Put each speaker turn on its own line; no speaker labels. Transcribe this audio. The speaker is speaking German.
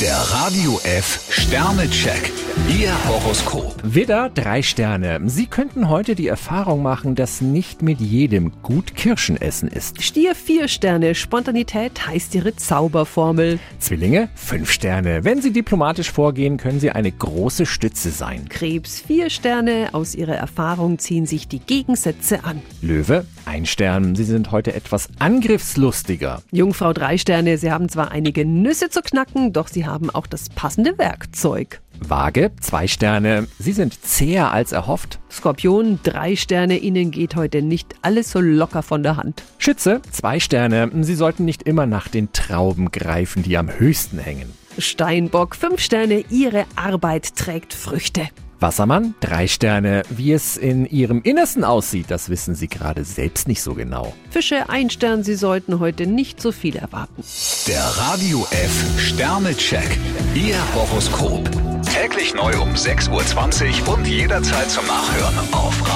Der Radio F Sternecheck. Ihr Horoskop.
Widder, drei Sterne. Sie könnten heute die Erfahrung machen, dass nicht mit jedem gut Kirschen essen ist.
Stier vier Sterne, Spontanität heißt ihre Zauberformel.
Zwillinge, fünf Sterne. Wenn Sie diplomatisch vorgehen, können Sie eine große Stütze sein.
Krebs vier Sterne, aus ihrer Erfahrung ziehen sich die Gegensätze an.
Löwe, ein Stern. Sie sind heute etwas angriffslustiger.
Jungfrau drei Sterne, sie haben zwar einige Nüsse zu knacken, doch sie haben auch das passende Werkzeug.
Waage, zwei Sterne. Sie sind zäher als erhofft.
Skorpion drei Sterne, ihnen geht heute nicht alles so locker von der Hand.
Schütze, zwei Sterne. Sie sollten nicht immer nach den Trauben greifen, die am höchsten hängen.
Steinbock fünf Sterne, ihre Arbeit trägt Früchte.
Wassermann, drei Sterne. Wie es in Ihrem Innersten aussieht, das wissen Sie gerade selbst nicht so genau.
Fische ein Stern, sie sollten heute nicht so viel erwarten.
Der Radio F Sternecheck. Ihr Horoskop. Täglich neu um 6.20 Uhr und jederzeit zum Nachhören auf E.